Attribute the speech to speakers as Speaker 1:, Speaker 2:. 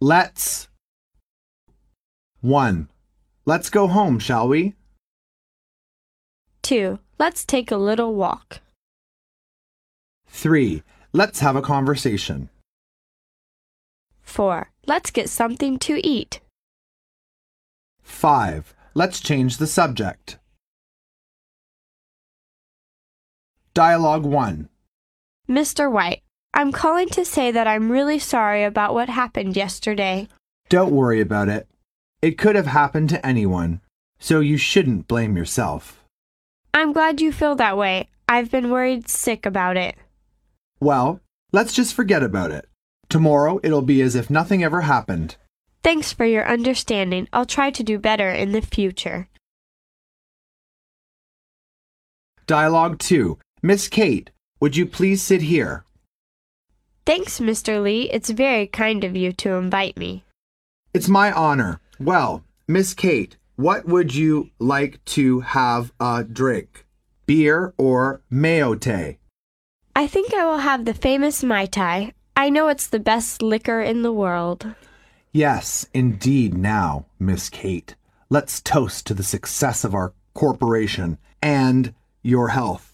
Speaker 1: Let's. 1. Let's go home, shall we?
Speaker 2: 2. Let's take a little walk.
Speaker 1: 3. Let's have a conversation.
Speaker 2: 4. Let's get something to eat.
Speaker 1: 5. Let's change the subject. Dialogue 1.
Speaker 2: Mr. White, I'm calling to say that I'm really sorry about what happened yesterday.
Speaker 1: Don't worry about it. It could have happened to anyone, so you shouldn't blame yourself.
Speaker 2: I'm glad you feel that way. I've been worried sick about it.
Speaker 1: Well, let's just forget about it. Tomorrow it'll be as if nothing ever happened.
Speaker 2: Thanks for your understanding. I'll try to do better in the future.
Speaker 1: Dialogue 2. Miss Kate, would you please sit here?
Speaker 2: Thanks, Mr. Lee. It's very kind of you to invite me.
Speaker 1: It's my honor. Well, Miss Kate, what would you like to have a drink? Beer or mayo tea?
Speaker 2: I think I will have the famous Mai Tai. I know it's the best liquor in the world.
Speaker 1: Yes, indeed, now, Miss Kate. Let's toast to the success of our corporation and your health.